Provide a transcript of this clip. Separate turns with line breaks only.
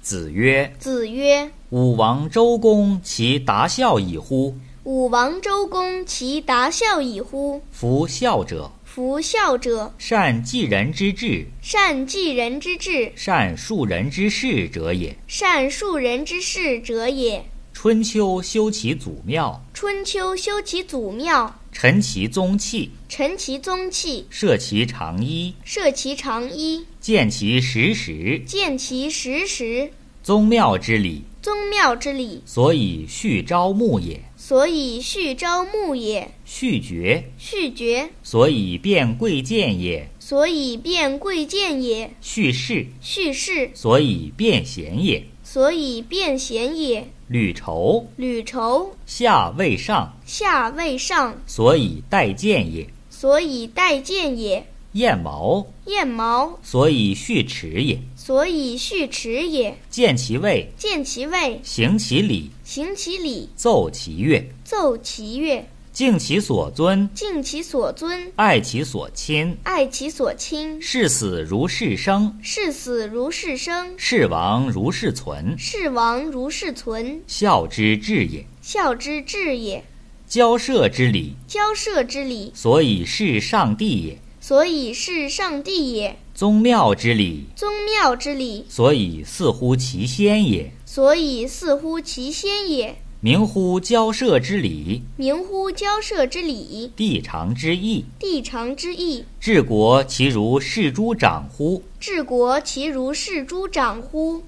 子曰
子曰：“
武王周公其达孝矣乎？：“
武王周公其达孝矣乎！
夫孝者，
夫孝者，
善济人之志，
善济人之志，
善述人之事者也。”
善述人之事者也。
春秋修其祖庙，
春秋修其祖庙，
陈其宗器，
陈其宗器，
设其长衣，
设其长衣，
见其实时。
见其实时。
宗庙之礼，
宗庙之礼，
所以序朝暮也；
所以序朝暮也；
序爵，
序爵，
所以变贵贱也；
所以变贵贱也；
序事，
序事，
所以变贤也。
所以变贤也。
履仇，
履仇，
下位上，
下位上，
所以待见也；
所以待见也；
燕毛，
燕毛，
所以序齿也。
所以序齿也。
见其位，
见其位，
行其礼，
行其礼，
奏其乐，
奏其乐，
敬其所尊，
敬其所尊，
爱其所亲。
爱其所亲。
视死如视生，
视死如视生，
视亡如视存，
视亡如视存，
孝之至也。
孝之至也。
交涉之礼，
交涉之礼，
所以是上帝也；
所以是上帝也；
宗庙之礼，
宗庙之礼，
所以似乎其先也；
所以似乎其先也。
民乎交涉之礼，
明乎交涉之礼，
地常之义。
地常之义。
治国其如是诸长乎？
治国其如是诸长乎？